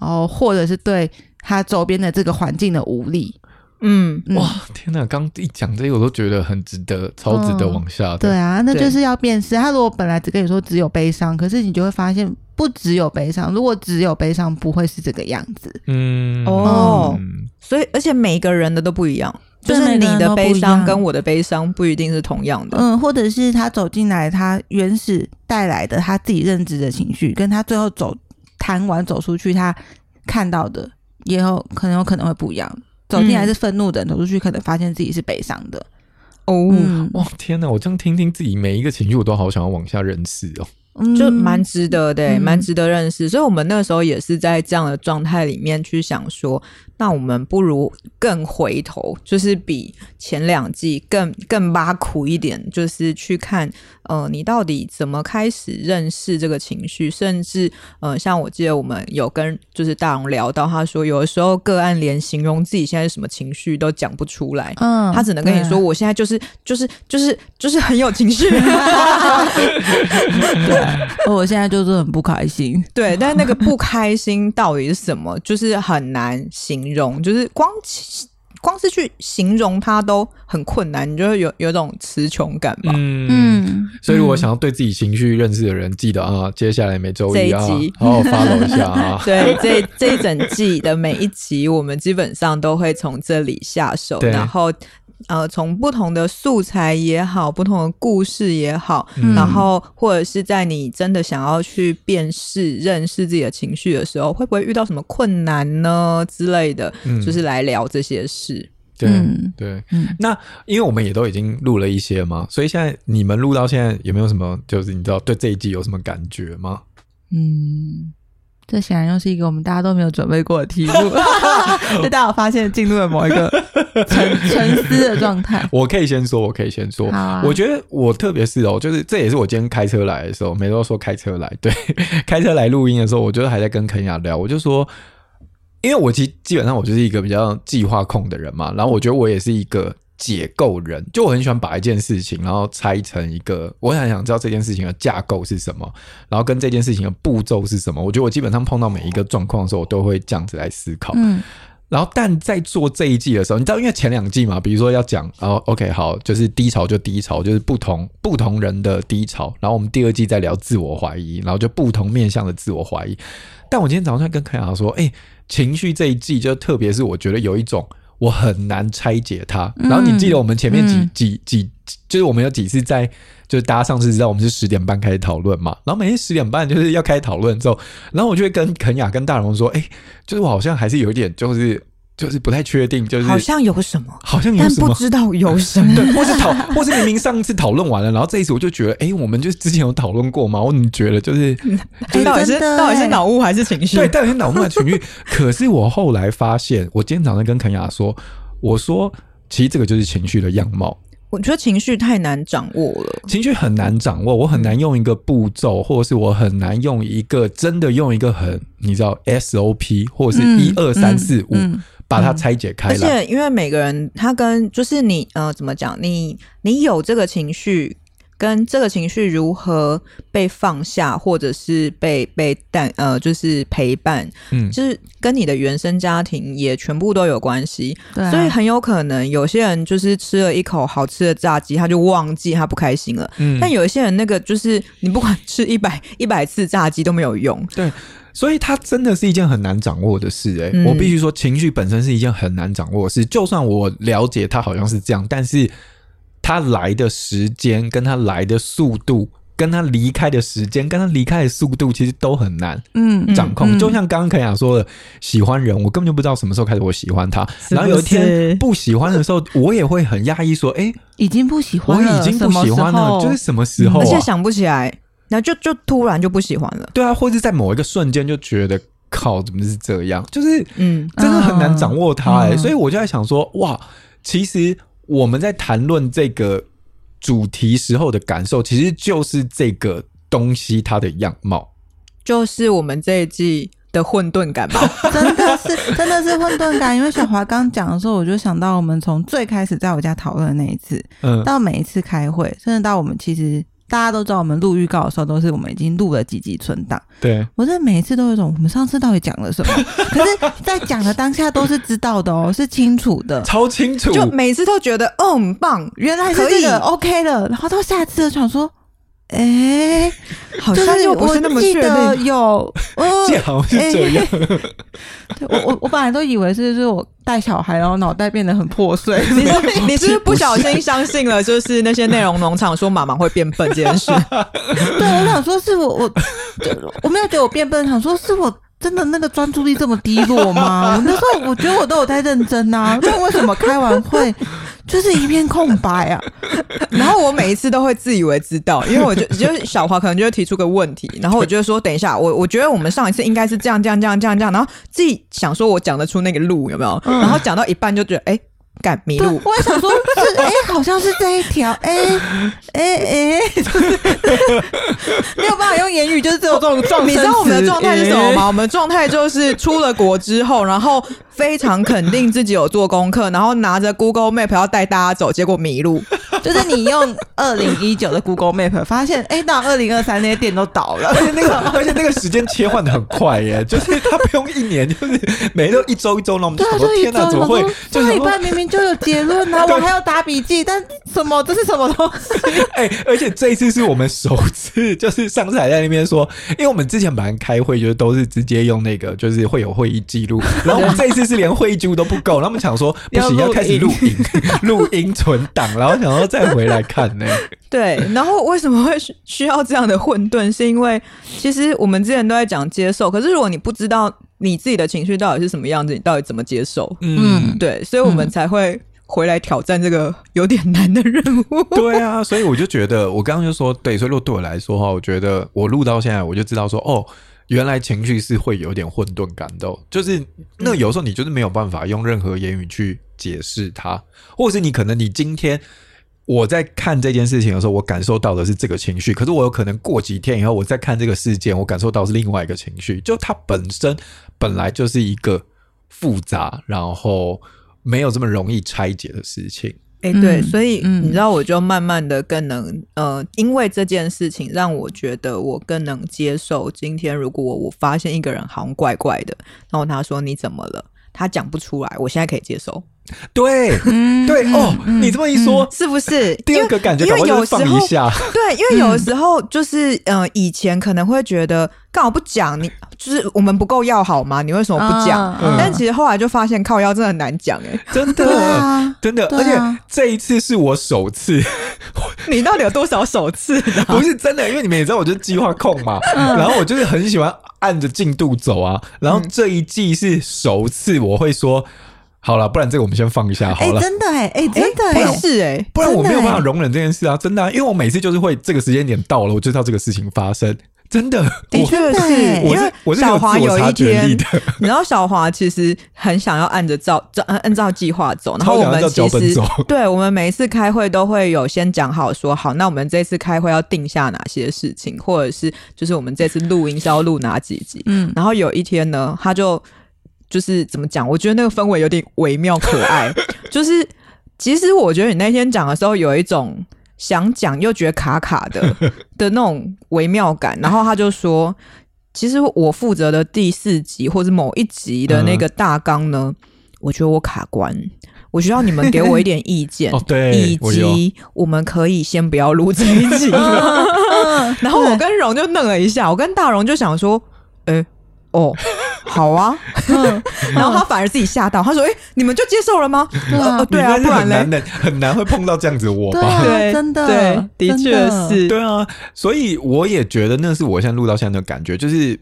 Speaker 4: 然后或者是对他周边的这个环境的无力。
Speaker 2: 嗯，
Speaker 4: 嗯、
Speaker 3: 哇，天哪！刚一讲这个，我都觉得很值得，超值得往下的。
Speaker 4: 对啊，那
Speaker 2: 对
Speaker 4: 就是要辨识。他如果本来只跟你说只有悲伤，可是你就会发现不只有悲伤。如果只有悲伤，不会是这个样子。
Speaker 3: 嗯，
Speaker 2: 哦
Speaker 3: 嗯
Speaker 2: 所以而且每个人的都不一样，就
Speaker 4: 对
Speaker 2: 是你
Speaker 4: 每个人
Speaker 2: 的
Speaker 4: 都不一
Speaker 2: 悲
Speaker 4: 样
Speaker 2: 伤跟我的悲伤不一定是同样的。
Speaker 4: 嗯，或者是他走进来，他原始带来的他自己认知的情绪，跟他最后走谈完走出去，他看到的也有可能有可能会不一样。走进来是愤怒的，走出去可能发现自己是悲伤的。
Speaker 2: 哦，
Speaker 4: 嗯，
Speaker 3: 哇，天哪！我这样听听自己每一个情绪，我都好想要往下认识哦。
Speaker 4: 嗯
Speaker 2: 就蛮值得的、欸
Speaker 4: 嗯
Speaker 2: 蛮、值得认识。所以我们那个时候也是在这样的状态里面去想说，那我们不如更回头，就是比前两季更更挖苦一点，就是去看呃你到底怎么开始认识这个情绪，甚至呃像我记得我们有跟就是大荣聊到，他说有的时候个案连形容自己现在是什么情绪都讲不出来，
Speaker 4: 嗯
Speaker 2: 他只能跟你说，
Speaker 4: 对
Speaker 2: 我现在就是就是就是就是很有情绪。 <laughs>
Speaker 4: 哦我现在就是很不开心。
Speaker 3: <laughs>
Speaker 2: 对，但是那个不开心到底是什么，就是很难形容，就是光其光是去形容它都很困难，你就会有有种词穷感吧。
Speaker 3: 嗯，
Speaker 4: 嗯，
Speaker 3: 所以如果想要对自己情绪认识的人，记得啊，接下来每周
Speaker 2: 这一
Speaker 3: 啊
Speaker 2: 集，
Speaker 3: 好好 follow
Speaker 2: <laughs>
Speaker 3: 一下啊。
Speaker 2: 对，这这一整季的每一集，我们基本上都会从这里下手，
Speaker 3: 对
Speaker 2: 然后呃，从不同的素材也好，不同的故事也好，
Speaker 4: 嗯
Speaker 2: 然后或者是在你真的想要去辨识、认识自己的情绪的时候，会不会遇到什么困难呢之类的，
Speaker 3: 嗯
Speaker 2: 就是来聊这些事。
Speaker 3: 对
Speaker 4: 嗯
Speaker 3: 对
Speaker 4: 嗯，
Speaker 3: 那因为我们也都已经录了一些嘛，所以现在你们录到现在有没有什么，就是你知道对这一季有什么感觉吗？
Speaker 4: 嗯，这显然又是一个我们大家都没有准备过
Speaker 3: <laughs>
Speaker 4: 的题目， <laughs> 就大家有发现进入了某一个
Speaker 3: <laughs>
Speaker 4: 沉沉思的状态。
Speaker 3: 我可以先说，我可以先说。
Speaker 4: 好啊
Speaker 3: 我觉得我特别是哦，就是这也是我今天开车来的时候，每周说开车来， <laughs> 对，开车来录音的时候，我就是还在跟肯雅聊，我就说，因为我其实基本上我就是一个比较计划控的人嘛，然后我觉得我也是一个解构人，就我很喜欢把一件事情，然后拆成一个，我很想知道这件事情的架构是什么，然后跟这件事情的步骤是什么。我觉得我基本上碰到每一个状况的时候，我都会这样子来思考。
Speaker 4: 嗯
Speaker 3: 然后，但在做这一季的时候，你知道，因为前两季嘛，比如说要讲，哦，OK，好，就是低潮就低潮，就是不同不同人的低潮。然后我们第二季再聊自我怀疑，然后就不同面向的自我怀疑。但我今天早上在跟凯雅说，哎、情绪这一季就特别是我觉得有一种我很难拆解它。然后你记得我们前面几、
Speaker 4: 嗯
Speaker 3: 几几，就是我们有几次在，就是大家上次知道我们是十点半开始讨论嘛，然后每天十点半就是要开讨论之后，然后我就会跟肯雅跟大荣说，哎、就是我好像还是有一点，就是就是不太确定，就是
Speaker 2: 好像有什么，
Speaker 3: 好像有
Speaker 2: 但
Speaker 3: 什
Speaker 2: 不 <laughs>
Speaker 3: 么。
Speaker 2: 知道有什
Speaker 3: <laughs>
Speaker 2: 么。
Speaker 3: 对，或是讨，或是明明上次讨论完了，然后这一次我就觉得，哎、我们就之前有讨论过嘛，我怎么觉得就是
Speaker 2: 嗯
Speaker 4: 哎
Speaker 2: 到底是
Speaker 4: 真的
Speaker 2: 到底是
Speaker 4: 哎
Speaker 2: 脑雾还是情绪？
Speaker 3: 对，但有点脑雾的情绪。可是我后来发现，我今天早上跟肯雅说，我说其实这个就是情绪的样貌，
Speaker 2: 我觉得情绪太难掌握了。
Speaker 3: 情绪很难掌握，我很难用一个步骤，或者是我很难用一个真的用一个很你知道 SOP 或者是
Speaker 4: 嗯
Speaker 3: 一二三
Speaker 4: 嗯
Speaker 3: 四五
Speaker 4: 嗯
Speaker 3: 把它拆解开
Speaker 2: 而
Speaker 3: 来。
Speaker 2: 且，因为每个人他跟就是你呃，怎么讲？你你有这个情绪，跟这个情绪如何被放下，或者是被被但呃，就是陪伴，
Speaker 3: 嗯，
Speaker 2: 就是跟你的原生家庭也全部都有关系。
Speaker 4: 对啊、
Speaker 2: 所以很有可能有些人就是吃了一口好吃的炸鸡，他就忘记他不开心了。
Speaker 3: 嗯
Speaker 2: 但有一些人那个就是你不管吃一百一百次炸鸡都没有用。
Speaker 3: 所以它真的是一件很难掌握的事、欸。
Speaker 2: 嗯
Speaker 3: 我必须说，情绪本身是一件很难掌握的事。就算我了解它好像是这样，但是它来的时间、跟它来的速度、跟它离开的时间、跟它离开的速度，其实都很难
Speaker 4: 嗯
Speaker 3: 掌控。
Speaker 4: 嗯
Speaker 3: 就像刚刚肯雅说的，喜欢人，我根本就不知道什么时候开始我喜欢他，
Speaker 2: 不是
Speaker 3: 然后有一天不喜欢的时候，我也会很压抑，说：“哎、
Speaker 4: 已经不喜
Speaker 3: 我
Speaker 4: 欢了，
Speaker 3: 已经不喜欢了，就
Speaker 4: 什么
Speaker 3: 是
Speaker 4: 时
Speaker 3: 什么时候、啊？”
Speaker 2: 而且想不起来，然后就就突然就不喜欢了。
Speaker 3: 对啊，或者在某一个瞬间就觉得靠，怎么是这样？就是
Speaker 2: 嗯
Speaker 3: 真的很难掌握它哎、
Speaker 4: 嗯嗯
Speaker 3: 所以我就在想说，哇，其实我们在谈论这个主题时候的感受，其实就是这个。东西它的样貌。
Speaker 2: 就是我们这一季的混沌感吧。
Speaker 4: <laughs>
Speaker 2: <laughs>
Speaker 4: 真的是真的是混沌感。因为小华刚讲的时候，我就想到我们从最开始在我家讨论的那一次，
Speaker 3: 嗯，
Speaker 4: 到每一次开会，甚至到我们其实大家都知道，我们录预告的时候都是我们已经录了几集存档。
Speaker 3: 对，
Speaker 4: 我真的每一次都有一种我们上次到底讲了什么，
Speaker 2: <laughs>
Speaker 4: 可是，在讲的当下都是知道的哦，是清楚的。
Speaker 3: 超清楚。
Speaker 2: 就每次都觉得哦很棒，
Speaker 4: 原来是
Speaker 2: 可
Speaker 4: 这
Speaker 2: 以
Speaker 4: 个 OK 了，然后到下次我想说，哎、
Speaker 2: 好
Speaker 4: 就
Speaker 2: 像又不
Speaker 4: 我
Speaker 2: 是那么
Speaker 4: 记
Speaker 2: 确
Speaker 4: 得
Speaker 2: 定。
Speaker 4: 有，
Speaker 2: <laughs>
Speaker 4: 呃
Speaker 3: 这好像是
Speaker 2: 哎
Speaker 3: 这样，
Speaker 4: 对我我我本来都以为是就是我带小孩，然后脑袋变得很破碎，
Speaker 2: <laughs> 你是你是不是不小心相信了，就是那些内容农场说妈妈会变笨这件事，
Speaker 4: 对，我想说是我我就我没有觉得我变笨，想说是我。真的那个专注力这么低
Speaker 2: <laughs>
Speaker 4: 落吗？我那时候我觉得我都有在认真啊，那为什么开完会就是一片空白啊？
Speaker 2: <laughs> 然后我每一次都会自以为知道，因为我就 <laughs> 就是小华可能就会提出个问题，然后我就会说等 <laughs> 一下，我我觉得我们上一次应该是这样这样这样这样这样，然后自己想说我讲得出那个路有没有，然后讲到一半就觉得哎，敢迷
Speaker 4: 对
Speaker 2: 路，，
Speaker 4: 我也想说是
Speaker 3: <laughs>
Speaker 4: 哎、好像是这一条哎哎哎， <laughs> 就是没有办法用言语，就是
Speaker 3: <laughs>
Speaker 4: 只有这种撞
Speaker 2: <laughs> 你
Speaker 4: 声词。
Speaker 2: 知道我们的状态是什么
Speaker 4: 哎
Speaker 2: 吗？我们状态就是出了国之后，然后非常肯定自己有做功课，然后拿着 Google Map 要带大家走，结果迷路。
Speaker 4: 就是你用二零一九的 Google Map 发现，哎、到二零二三那些店都倒
Speaker 3: <laughs>
Speaker 4: 了，那个
Speaker 3: 欸而且那个时间切换的很快耶，就是他不用一年，就是每都一周一周，那我们就
Speaker 4: 对啊，
Speaker 3: 想
Speaker 4: 就
Speaker 3: 说
Speaker 4: 一
Speaker 3: 天哪，
Speaker 4: 周
Speaker 3: 怎么会？就
Speaker 4: 这
Speaker 3: 想
Speaker 4: 礼
Speaker 3: 说
Speaker 4: 拜明明就有结论
Speaker 3: <laughs>
Speaker 4: 啊，
Speaker 3: 对
Speaker 4: 我还要打笔记，但什么这是什么东西？
Speaker 3: 哎、而且这一次是我们首次， <laughs> 就是上次还在那边说，因为我们之前本来开会就是都是直接用那个，就是会有会议记录，然后我们这一次是连会议记录都不够，然后我们想说不行，
Speaker 4: 要
Speaker 3: 要
Speaker 4: 录
Speaker 3: 开始
Speaker 4: 音
Speaker 3: 录音， <laughs> 录音存档，然后想要再回来看呢、
Speaker 2: 对，然后为什么会需需要这样的混沌？是因为其实我们之前都在讲接受，可是如果你不知道你自己的情绪到底是什么样子，你到底怎么接受？
Speaker 3: 嗯，
Speaker 2: 对，所以我们才会回来挑战这个有点难的任务。
Speaker 3: 对啊，所以我就觉得，我刚刚就说，对，所以如果对我来说哈，我觉得我录到现在，我就知道说，哦，原来情绪是会有点混沌感的哦，就是那有时候你就是没有办法用任何言语去解释它，或是你可能你今天。我在看这件事情的时候，我感受到的是这个情绪，可是我有可能过几天以后，我再看这个事件，我感受到是另外一个情绪。就它本身本来就是一个复杂，然后没有这么容易拆解的事情。
Speaker 2: 哎、对，
Speaker 4: 嗯
Speaker 2: 所以
Speaker 4: 嗯
Speaker 2: 你知道，我就慢慢的更能呃，因为这件事情让我觉得我更能接受。今天如果我我发现一个人好像怪怪的，然后他说你怎么了，他讲不出来，我现在可以接
Speaker 3: <laughs>
Speaker 2: 受，
Speaker 3: 对，
Speaker 4: 嗯
Speaker 3: <laughs> 对哦，你这么一说，
Speaker 2: 是不是？
Speaker 3: 第二个感
Speaker 2: 嗯
Speaker 3: 觉
Speaker 2: 因
Speaker 3: 搞
Speaker 2: 为
Speaker 3: 不
Speaker 2: 因
Speaker 3: 好
Speaker 2: 为
Speaker 3: 就
Speaker 2: 有
Speaker 3: 是
Speaker 2: 时
Speaker 3: 放
Speaker 2: 候 <laughs>
Speaker 3: 一下，
Speaker 2: 对，因为有的
Speaker 4: 嗯
Speaker 2: 时候就是，呃，以前可能会觉得干嘛不讲，你就是我们不够要好吗？你为什么不讲？
Speaker 4: 啊
Speaker 3: 嗯
Speaker 2: 但其实后来就发现靠腰真的很难讲
Speaker 4: <laughs>
Speaker 2: 哎、
Speaker 3: 真
Speaker 4: 对
Speaker 3: 的。
Speaker 4: 啊，
Speaker 3: 真的，
Speaker 4: 对
Speaker 3: 而
Speaker 4: 啊
Speaker 3: 且这一次是我
Speaker 2: <laughs>
Speaker 3: 首次，
Speaker 2: 你到底有多少首次、啊？
Speaker 3: 不是真的，因为你们也知道，我就是计划控嘛，
Speaker 2: 嗯
Speaker 3: <laughs> 然后我就是很喜欢按着进度走啊。然后这一季是首次，我会说好了，不然这个我们先放一下好
Speaker 4: 哎、
Speaker 3: 了，
Speaker 4: 真的哎、哎、真的哎、
Speaker 2: 哎是哎、
Speaker 3: 不然我没有办法
Speaker 4: 真的欸
Speaker 3: 容忍这件事啊，真的啊、因为我每次就是会这个时间点到了，我就知道这个事情发生，真的，
Speaker 2: 的
Speaker 3: 我
Speaker 2: 确
Speaker 4: 真的
Speaker 2: 是
Speaker 4: 欸，
Speaker 3: 我
Speaker 2: 因
Speaker 3: 是
Speaker 2: 为
Speaker 3: 我是
Speaker 2: 小
Speaker 3: 有
Speaker 2: 华
Speaker 3: 自我
Speaker 2: 有
Speaker 3: 察
Speaker 2: 一
Speaker 3: 觉
Speaker 2: 天
Speaker 3: 力的，
Speaker 2: 你知道小华其实很想要按着照照按按照计划走，然后
Speaker 3: 超
Speaker 2: 我
Speaker 3: 想按
Speaker 2: 们
Speaker 3: 照脚
Speaker 2: 其
Speaker 3: 本
Speaker 2: 实
Speaker 3: 走
Speaker 2: <laughs> 对我们每一次开会都会有先讲好说好，那我们这次开会要定下哪些事情，或者是就是我们这次录音是要录哪几集。
Speaker 4: 嗯，
Speaker 3: <laughs>
Speaker 2: 然后有一天呢，他就就是怎么讲？我觉得那个氛围有点微妙可爱，
Speaker 3: <laughs>
Speaker 2: 就是其实我觉得你那天讲的时候有一种想讲又觉得卡卡的
Speaker 3: <laughs>
Speaker 2: 的那种微妙感，然后他就说。其实我负责的第四集或者某一集的那个大纲呢，
Speaker 3: 嗯
Speaker 2: 我觉得我卡关，我需要你们给我一点意见，
Speaker 3: <laughs> 哦对
Speaker 2: 以
Speaker 3: 我有
Speaker 2: 及我们可以先不要录这一集
Speaker 4: 嗯
Speaker 3: <laughs>
Speaker 2: 了。 <laughs> 然后我跟荣就愣了一下，我跟大荣就想说，哎、哦，好啊，
Speaker 4: 嗯
Speaker 2: 然后他反而自己吓到，他说，哎、你们就接受了吗？
Speaker 4: 对啊
Speaker 2: 呃呃对啊，不
Speaker 3: 你真是
Speaker 2: 然
Speaker 3: 很
Speaker 2: 嘞
Speaker 3: 难，的，很难会碰到这样子的我
Speaker 4: 对
Speaker 3: 吧。<laughs>
Speaker 4: 啊，
Speaker 2: 对，
Speaker 4: 真的，
Speaker 2: 对，的
Speaker 4: 真
Speaker 2: 确是，
Speaker 3: 对啊，所以我也觉得那是我现在录到现在的感觉，就是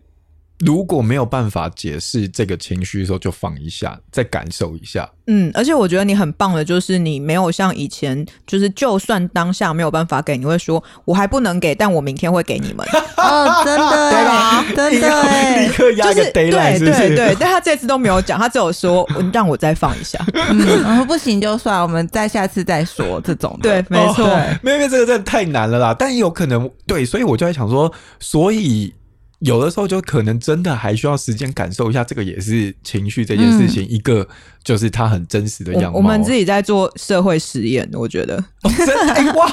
Speaker 3: 如果没有办法解释这个情绪的时候，就放一下，再感受一下。
Speaker 2: 嗯，而且我觉得你很棒的，就是你没有像以前，就是就算当下没有办法给，你会说我还不能给，但我明天会给你们。
Speaker 4: 哦，真的
Speaker 3: <laughs>
Speaker 4: 欸，真的
Speaker 3: 立
Speaker 4: 欸，
Speaker 3: 刻压
Speaker 2: 就是
Speaker 3: 个
Speaker 2: 对
Speaker 3: deadline，是不
Speaker 2: 对
Speaker 3: 是？
Speaker 2: 对，但他这次都没有讲，他只有说嗯让我再放一下。
Speaker 4: 嗯，然后不行就算，我们再下次再说这种的。
Speaker 2: 对，没错。
Speaker 3: 哦 <laughs> 没有，因为这个真的太难了啦。但也有可能对，所以我就在想说，所以有的时候就可能真的还需要时间感受一下，这个也是情绪这件事情、一个就是它很真实的样貌。
Speaker 2: 嗯我我们自
Speaker 3: 己、
Speaker 2: 己在做社会实验，我觉得
Speaker 3: <laughs> 哦、真的、哎哇，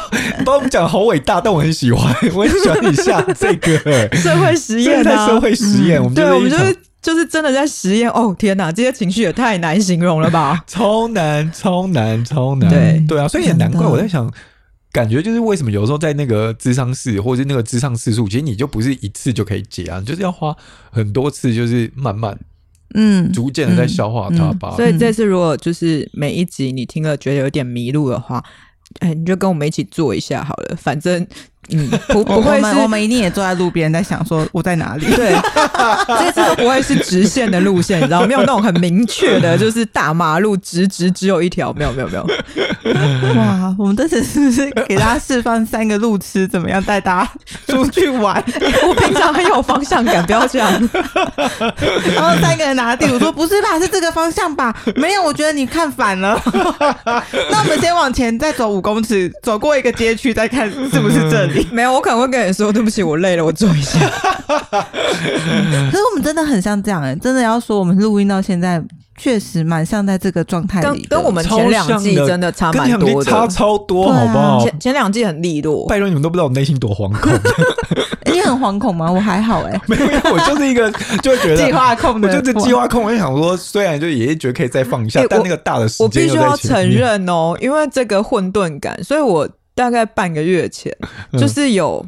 Speaker 3: 把我们讲得好伟大，但我很喜欢，我很喜欢你下这个
Speaker 2: 社会实
Speaker 3: 这
Speaker 2: 验
Speaker 3: 个在
Speaker 2: 啊，
Speaker 3: 社会实验，我们就
Speaker 2: 对，
Speaker 3: 是
Speaker 2: 我们
Speaker 3: 一
Speaker 2: 就
Speaker 3: 场？
Speaker 2: 是就是真的在实验。哦，天哪，这些情绪也太难形容了吧
Speaker 3: 超难，超难，超难。
Speaker 2: 对
Speaker 3: 对啊，所以也难怪
Speaker 4: 真的
Speaker 3: 我在想，感觉就是为什么有时候在那个智商室或者是那个智商次数，其实你就不是一次就可以解啊，你就是要花很多次，就是慢慢
Speaker 4: 嗯，
Speaker 3: 逐渐的在消化它吧。
Speaker 2: <laughs>
Speaker 3: 嗯
Speaker 2: 所以这次如果就是每一集你听了觉得有点迷路的话，哎，你就跟我们一起做一下好了，反正嗯， <laughs> 不
Speaker 4: 我
Speaker 2: 不
Speaker 4: 我
Speaker 2: 会是
Speaker 4: 们我们一定也坐在路边在想说我在哪里。
Speaker 2: <laughs> 对，这次都不会是直线的路线，你知道，没有那种很明确的，就是大马路直直只有一条，没有没有没 <laughs> 有。
Speaker 4: 哇，我们这次是不是给大家示范三个路痴怎么样带大家出去玩？
Speaker 2: 我平常很有方向感，不要这样。
Speaker 4: 然后三个人拿地，我说不是吧，是这个方向吧？没有，我觉得你看反了。那我们先往前再走五公尺，走过一个街区再看是不是
Speaker 2: <laughs>
Speaker 4: 这里。
Speaker 2: 没有，我可能会跟你说对不起，我累了，我坐一下。
Speaker 4: 可是我们真的很像这样哎、真的要说我们录音到现在，确实蛮像在这个状态
Speaker 2: 跟
Speaker 4: 里的。
Speaker 2: 跟我们
Speaker 3: 超
Speaker 2: 前两季
Speaker 3: 像的
Speaker 2: 真的差
Speaker 3: 跟
Speaker 2: 蛮
Speaker 3: 两
Speaker 2: 多
Speaker 3: 天差
Speaker 2: 的，
Speaker 3: 超多，
Speaker 4: 对
Speaker 3: 好
Speaker 4: 啊
Speaker 3: 不好？
Speaker 2: 前前两季很利落。
Speaker 3: 拜托你们都不知道我内心多惶恐， <laughs>
Speaker 4: 欸你很惶恐吗？我还好哎、
Speaker 3: 没有，因为我就是一个就会觉得。
Speaker 4: 计划控
Speaker 3: 我
Speaker 2: 哦
Speaker 4: 的，
Speaker 3: 就是计划控，我就想说，虽然就也是觉得可以再放一下，
Speaker 2: 哎
Speaker 3: 但
Speaker 2: 我
Speaker 3: 那个大的时
Speaker 2: 我
Speaker 3: 间
Speaker 2: 必
Speaker 3: 又
Speaker 2: 须
Speaker 3: 在
Speaker 2: 要
Speaker 3: 前面
Speaker 2: 承认哦，因为这个混沌感，所以我大概半个月前
Speaker 3: 嗯
Speaker 2: 就是有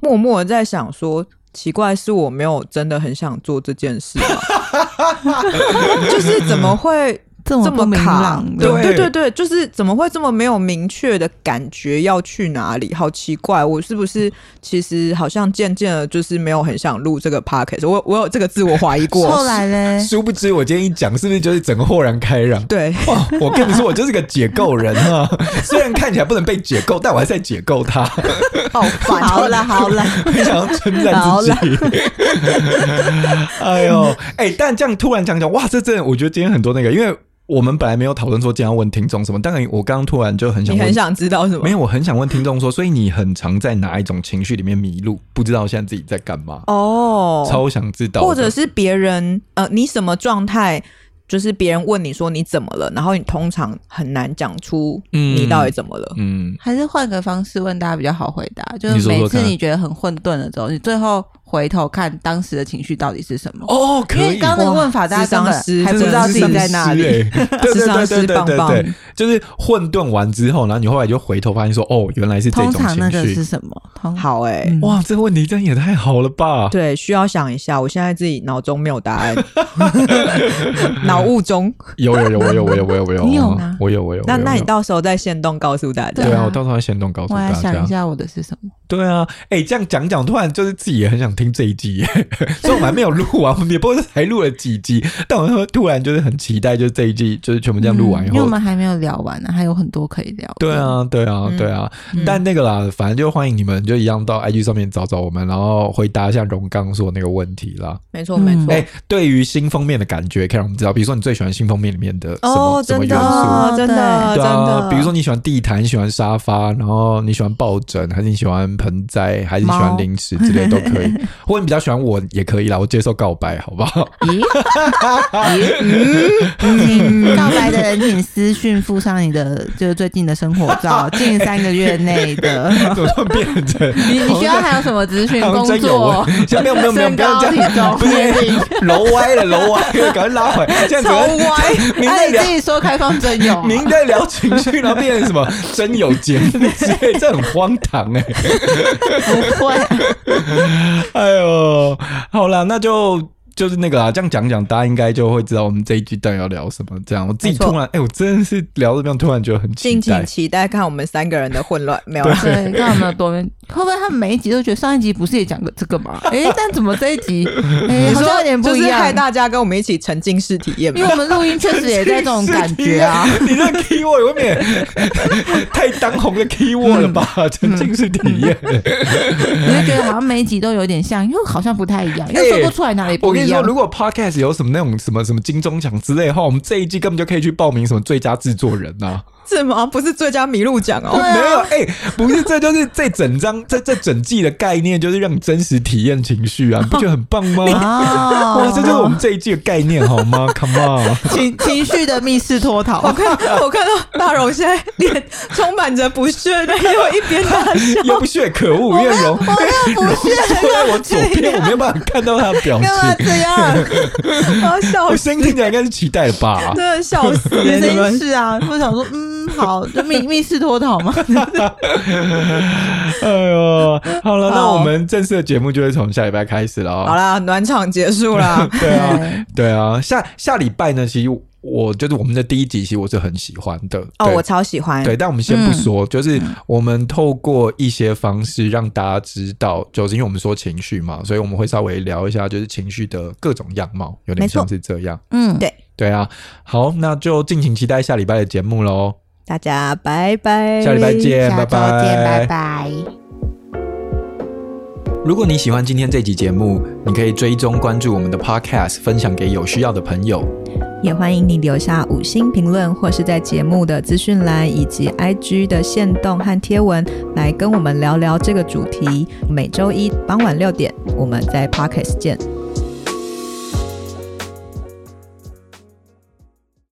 Speaker 2: 默默地在想说。奇怪，是我没有真的很想做这件事吗？就是怎么会
Speaker 4: 这么
Speaker 2: 这
Speaker 4: 不
Speaker 2: 么
Speaker 4: 明
Speaker 2: 卡
Speaker 4: 朗？
Speaker 2: 对
Speaker 3: 对
Speaker 4: 的，
Speaker 2: 对对对，就是怎么会这么没有明确的感觉要去哪里？好奇怪，我是不是其实好像渐渐的，就是没有很想录这个 podcast？我我有这个自我怀疑
Speaker 4: 后
Speaker 2: 过。
Speaker 4: 来嘞，
Speaker 3: 殊不知我今天一讲，是不是就是整个豁然开朗？
Speaker 2: <laughs> 对，
Speaker 3: 哇！我跟你说，我就是个解构人
Speaker 2: <laughs>
Speaker 3: 啊！虽然看起来不能被解构，但我还是在解构他，
Speaker 2: 好烦
Speaker 4: <laughs>
Speaker 3: <laughs>
Speaker 4: 好了好了，
Speaker 3: 很想要称赞自己。 <laughs> 哎呦，哎、但这样突然讲讲，哇，这真的，我觉得今天很多那个，因为我们本来没有讨论说今天要问听众什么，但我刚刚突然就很想
Speaker 2: 你
Speaker 3: 问，
Speaker 2: 很想知道什么
Speaker 3: 没？有，我很想问听众说，所以你很常在哪一种情绪里面迷路，不知道现在自己在干嘛，
Speaker 2: 哦，
Speaker 3: 超想知道的，
Speaker 2: 或者是别人呃，你什么状态？就是别人问你说你怎么了，然后你通常很难讲出
Speaker 3: 嗯
Speaker 2: 你到底怎么了。
Speaker 3: 嗯，
Speaker 4: 还是换个方式问大家比较好回答。就
Speaker 3: 你
Speaker 4: 是
Speaker 3: 说说
Speaker 4: 每次
Speaker 3: 看
Speaker 4: 你觉得很混沌了之后，你最后回头看当时的情绪到底是什么。
Speaker 3: 哦，
Speaker 4: 因
Speaker 3: 可
Speaker 4: 为
Speaker 3: 以。
Speaker 4: 刚刚那个问法，
Speaker 2: 哇
Speaker 4: 大家
Speaker 2: 智商
Speaker 4: 根
Speaker 2: 师
Speaker 4: 本还不知道自己在哪里。
Speaker 3: 对对对对对对
Speaker 2: 棒
Speaker 3: 对
Speaker 2: 棒，
Speaker 3: 就是混沌完之后，然后你后来就回头发现说，哦，原来是这
Speaker 4: 通
Speaker 3: 种
Speaker 4: 常那
Speaker 3: 情
Speaker 4: 个是
Speaker 3: 绪。
Speaker 4: 什么？通
Speaker 2: 好哎、
Speaker 4: 嗯
Speaker 3: 哇，这个问题真也太好了
Speaker 2: <laughs>
Speaker 3: 吧！
Speaker 2: 对，需要想一下，我现在自己脑中没有答案，
Speaker 3: <laughs>
Speaker 2: <laughs> 脑雾中。
Speaker 3: 有有有，我有我有我有我有，
Speaker 4: 你有吗
Speaker 3: 我有我有。
Speaker 2: 那
Speaker 3: 我有
Speaker 2: 那你
Speaker 3: 我有
Speaker 2: 到时候再现动告诉大家。
Speaker 3: 对
Speaker 4: 对
Speaker 3: 啊，
Speaker 4: 啊
Speaker 3: 我到时候在行动告诉
Speaker 4: 我来
Speaker 3: 大
Speaker 4: 想一
Speaker 3: 家。
Speaker 4: 下我的是什么？
Speaker 3: 对啊，哎，这样讲讲，突然就是自己也很想听这一集 <laughs> 耶，所以我们还没有录啊 <laughs> 完，我们也不过才录了几集，但我会突然就是很期待，就是这一季就是全部这样录完以
Speaker 4: 嗯因为我
Speaker 3: 后。
Speaker 4: 们还没有聊完啊呢，还有很多可以聊。
Speaker 3: 对，啊，对啊，
Speaker 2: 嗯
Speaker 3: 对啊，
Speaker 2: 嗯
Speaker 3: 但那个啦，反正就欢迎你们，就一样到 IG 上面找找我们，然后回答一下荣刚说那个问题啦。
Speaker 2: 没错没错
Speaker 3: 哎、。对于新封面的感觉，可以让我们知道，比如说你最喜欢新封面里面的什么、
Speaker 2: 哦，
Speaker 3: 什
Speaker 2: 真
Speaker 3: 么元
Speaker 2: 的
Speaker 3: 素？
Speaker 2: 哦真的
Speaker 3: 对
Speaker 2: 真
Speaker 3: 啊，
Speaker 2: 的。
Speaker 3: 比如说你喜欢地毯，你喜欢沙发，然后你喜欢抱枕，还是你喜欢盆栽，还是你喜欢
Speaker 4: 猫
Speaker 3: 零食之类都可
Speaker 4: <laughs>
Speaker 3: 以，或者你比较喜欢我也可以啦，我接受告白，好不好？
Speaker 4: 咦咦，嗯告白的人请私讯附上你的就是最近的生活照，近三个月内的。
Speaker 3: 怎么变成？
Speaker 4: 你你需要还有什么资讯？
Speaker 3: 好
Speaker 4: 工
Speaker 3: 像真有
Speaker 4: 作
Speaker 3: 问？，没有没有没有，
Speaker 4: 身
Speaker 3: 不要
Speaker 4: 高
Speaker 3: 这
Speaker 4: 体
Speaker 3: 样，
Speaker 4: 重
Speaker 3: 不是楼歪了，楼歪了，赶快拉回
Speaker 4: <laughs>
Speaker 3: 来，这样子
Speaker 4: 超歪！
Speaker 3: 明天
Speaker 4: 哎，你
Speaker 3: 聊
Speaker 4: 自己说开放真有，
Speaker 3: 您在聊情绪，然后变成什么真有
Speaker 4: <laughs>
Speaker 3: 节目之类，这很荒唐哎、
Speaker 4: 不会。
Speaker 3: <laughs> 哎呦，好啦，那就就是那个啊，这样讲讲，大家应该就会知道我们这一季到底要聊什么。这样，我自己
Speaker 2: 没错
Speaker 3: 突然，哎、我真的是聊到这边，突然觉得很期
Speaker 2: 敬请
Speaker 3: 待。 <laughs>
Speaker 2: 期待看我们三个人的混乱，没有啦
Speaker 4: 对，看我们有多会不会他们每一集都觉得上一集不是也讲过这个吗？哎、但怎么这一集，哎、
Speaker 2: 你
Speaker 4: 好
Speaker 2: 说
Speaker 4: 像有点不
Speaker 2: 就
Speaker 4: 一
Speaker 2: 是害
Speaker 4: 样？
Speaker 2: 大家跟我们一起沉浸式体验
Speaker 4: 因为
Speaker 2: 嘛。
Speaker 4: 我们录音确实也在这种感觉啊。
Speaker 3: 你那 key word 有点 <laughs> 太当红的 key word 了
Speaker 4: 嗯
Speaker 3: 吧？沉浸式体验。
Speaker 4: 你会觉得好像每一集都有点像，又好像不太一样，又说不出来哪里
Speaker 3: 我
Speaker 4: 不
Speaker 3: 跟
Speaker 4: 一
Speaker 3: 你说，
Speaker 4: 样。
Speaker 3: 如果 podcast 有什么那种什么什么金钟奖之类的话，我们这一季根本就可以去报名什么最佳制作人呐、
Speaker 2: <laughs> 是吗？不是最佳麋鹿奖哦，
Speaker 4: 啊
Speaker 3: 没有，哎、不是，这就是这整张这这整季的概念，就是让你真实体验情绪啊，你不觉得很棒吗？
Speaker 2: 哦
Speaker 4: 啊
Speaker 3: 哇，这就是我们这一季的概念好
Speaker 2: <laughs>
Speaker 3: 吗？Come on，
Speaker 4: <laughs> 情情绪的密室脱 <laughs> 逃，
Speaker 2: 我看我看到大荣现在脸充满着不屑，但又一边 <laughs> 大笑。
Speaker 3: 又不屑，可恶，因为荣荣
Speaker 4: <laughs>
Speaker 3: <laughs> 坐在我左边，我没有办法看到他的表
Speaker 4: 干嘛
Speaker 3: 情。
Speaker 4: 这样？
Speaker 2: 我要笑
Speaker 3: <laughs> 我
Speaker 2: 死，
Speaker 3: 声音听起来应该是期待的
Speaker 2: <laughs>
Speaker 3: 吧
Speaker 2: 真？的笑死
Speaker 4: 原
Speaker 2: 你
Speaker 4: 因
Speaker 2: 们！
Speaker 4: 是啊，我想说，嗯，好，就密密室脱逃嘛。
Speaker 3: 哎呦，好了，那
Speaker 2: 好
Speaker 3: 我们正式的节目就会从下礼拜开始了哦。
Speaker 2: 好啦，暖场结束 <laughs> 啦。
Speaker 3: 对啊
Speaker 4: 对，
Speaker 3: 对啊，下下礼拜呢，其实我就是我们的第一集，其实我是很喜欢的。
Speaker 2: 哦，
Speaker 3: 对
Speaker 2: 我嗯超喜欢。
Speaker 3: 对，但我们先不说，就是我们透过一些方式让大家知道，就是因为我们说情绪嘛，所以我们会稍微聊一下，就是情绪的各种样貌，有点
Speaker 2: 没错
Speaker 3: 像是这样。
Speaker 4: 嗯，
Speaker 2: 对，
Speaker 3: 对啊，好，那就敬请期待下礼拜的节目喽，
Speaker 2: 大家拜拜，
Speaker 3: 下礼拜见，
Speaker 4: 哎
Speaker 3: 拜
Speaker 4: 下周见， <laughs> 拜拜。
Speaker 3: 如果你喜欢今天这集节目，你可以追踪关注我们的 Podcast，分享给有需要的朋友。
Speaker 2: 也欢迎你留下五星评论，或是在节目的资讯栏以及 IG 的线动和贴文来跟我们聊聊这个主题。每周一傍晚六点，我们在 Pockets 见，